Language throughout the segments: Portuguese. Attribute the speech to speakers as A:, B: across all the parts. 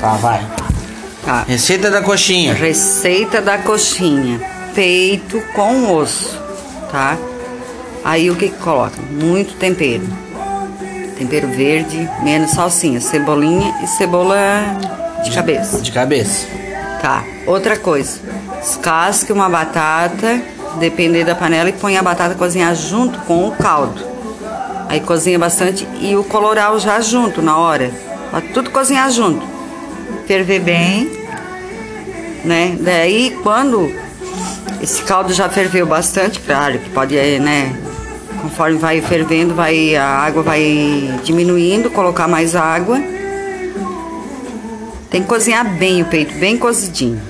A: Tá, vai.
B: Tá.
A: Receita da coxinha.
B: Receita da coxinha. Peito com osso, tá? Aí o que, que coloca? Muito tempero. Tempero verde, menos salsinha, cebolinha e cebola de cabeça.
A: De cabeça.
B: Tá. Outra coisa. Descasque uma batata, depender da panela, e põe a batata a cozinhar junto com o caldo. Aí cozinha bastante e o colorau já junto na hora. Pra tudo cozinhar junto. Ferver bem, né? Daí quando esse caldo já ferveu bastante, claro, que pode, né? Conforme vai fervendo, vai a água vai diminuindo, colocar mais água. Tem que cozinhar bem o peito, bem cozidinho.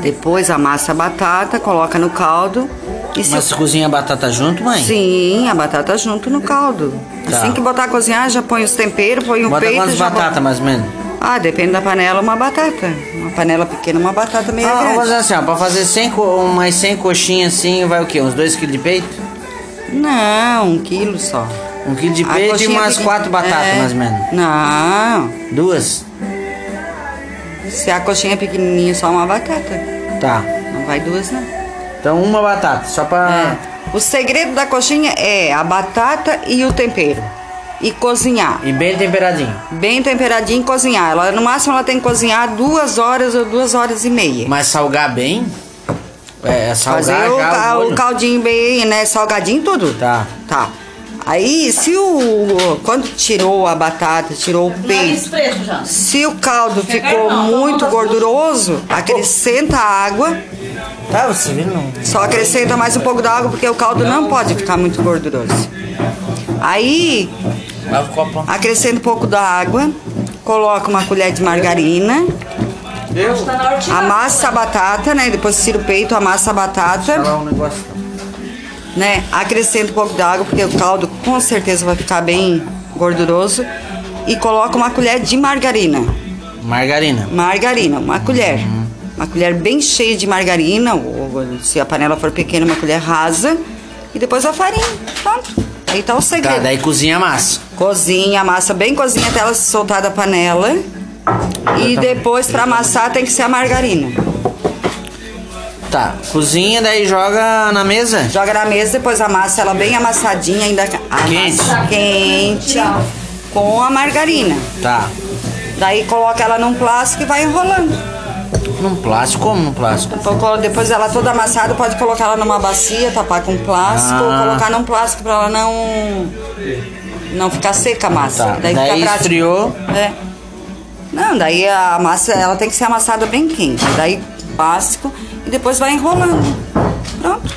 B: Depois amassa a batata, coloca no caldo e se
A: Mas você cozinha a batata junto, mãe?
B: Sim, a batata junto no caldo.
A: Tá.
B: Assim que botar a cozinhar, já põe os temperos, põe o
A: Bota
B: peito.
A: quantas
B: já
A: batatas, mais ou menos?
B: bota- Ah, depende da panela, uma batata. Uma panela pequena, uma batata meio
A: Ah, vamos
B: grande.
A: fazer assim, ó. Pra fazer 100 co- umas 100 coxinhas assim, vai o quê? Uns 2 kg de peito?
B: Não, um quilo só.
A: 1 kg de
B: A
A: peito e
B: coxinha
A: umas
B: pequen-
A: 4 batatas,
B: É.
A: mais ou menos.
B: Não,
A: Duas?
B: se a coxinha é pequenininha, só uma batata.
A: Tá.
B: Não vai duas, não.
A: Então uma batata, só pra.
B: É. O segredo da coxinha é a batata e o tempero. E cozinhar.
A: E bem temperadinho.
B: Bem temperadinho e cozinhar. Ela, no máximo ela tem que cozinhar duas horas ou duas horas e meia.
A: Mas salgar bem? É, salgar
B: Fazer o,
A: já
B: ca-
A: o,
B: o
A: molho?
B: caldinho bem, né? Salgadinho tudo.
A: Tá.
B: Tá. Aí, se o. Quando tirou a batata, tirou o peito.
C: preto já.
B: Se o caldo ficou
C: irmão,
B: muito
C: toma das
B: gorduroso, acrescenta a água.
A: Tá, você viu? Não.
B: Só acrescenta mais um pouco da água, porque o caldo não pode ficar muito gorduroso. Aí,
A: Lava o copo.
B: acrescenta um pouco da água, coloca uma colher de margarina,
A: Deu?
C: Tá na hora de tirar.
B: amassa a batata, né? Depois tira o peito, amassa a batata.
A: Tá lá um negócio.
B: né? Acrescenta um pouco d'água, porque o caldo com certeza vai ficar bem gorduroso. E coloca uma colher de margarina.
A: Margarina.
B: Margarina, uma colher. Uma colher bem cheia de margarina, ou se a panela for pequena, uma colher rasa. E depois a farinha. Pronto. Aí tá o segredo.
A: Tá, daí cozinha a massa.
B: Cozinha a massa bem cozinha até ela se soltar da panela. E depois, pra amassar, tem que ser a margarina.
A: Tá, cozinha, daí joga na mesa.
B: Joga na mesa, depois amassa ela bem amassadinha, ainda amassa quente com a margarina.
A: Tá.
B: Daí coloca ela num plástico e vai enrolando.
A: Num plástico, como num plástico?
B: Então, colo- Depois ela toda amassada, pode colocar ela numa bacia, tapar com plástico,
A: Ah.
B: colocar num plástico pra ela não não ficar seca a massa.
A: Tá. Daí
B: prático.
A: esfriou.
B: É. Não, daí a massa, ela tem que ser amassada bem quente. Daí plástico e depois vai enrolando. Pronto,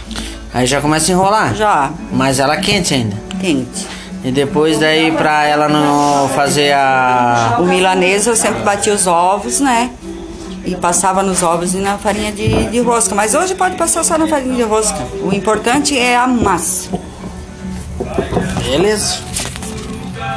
A: Aí já começa a enrolar.
B: já
A: Mas ela quente ainda.
B: quente.
A: E depois daí pra ela não fazer a.
B: O milanês eu sempre batia os ovos, né? E passava nos ovos e na farinha de, de rosca. Mas hoje pode passar só na farinha de rosca. O importante é a massa.
A: Beleza?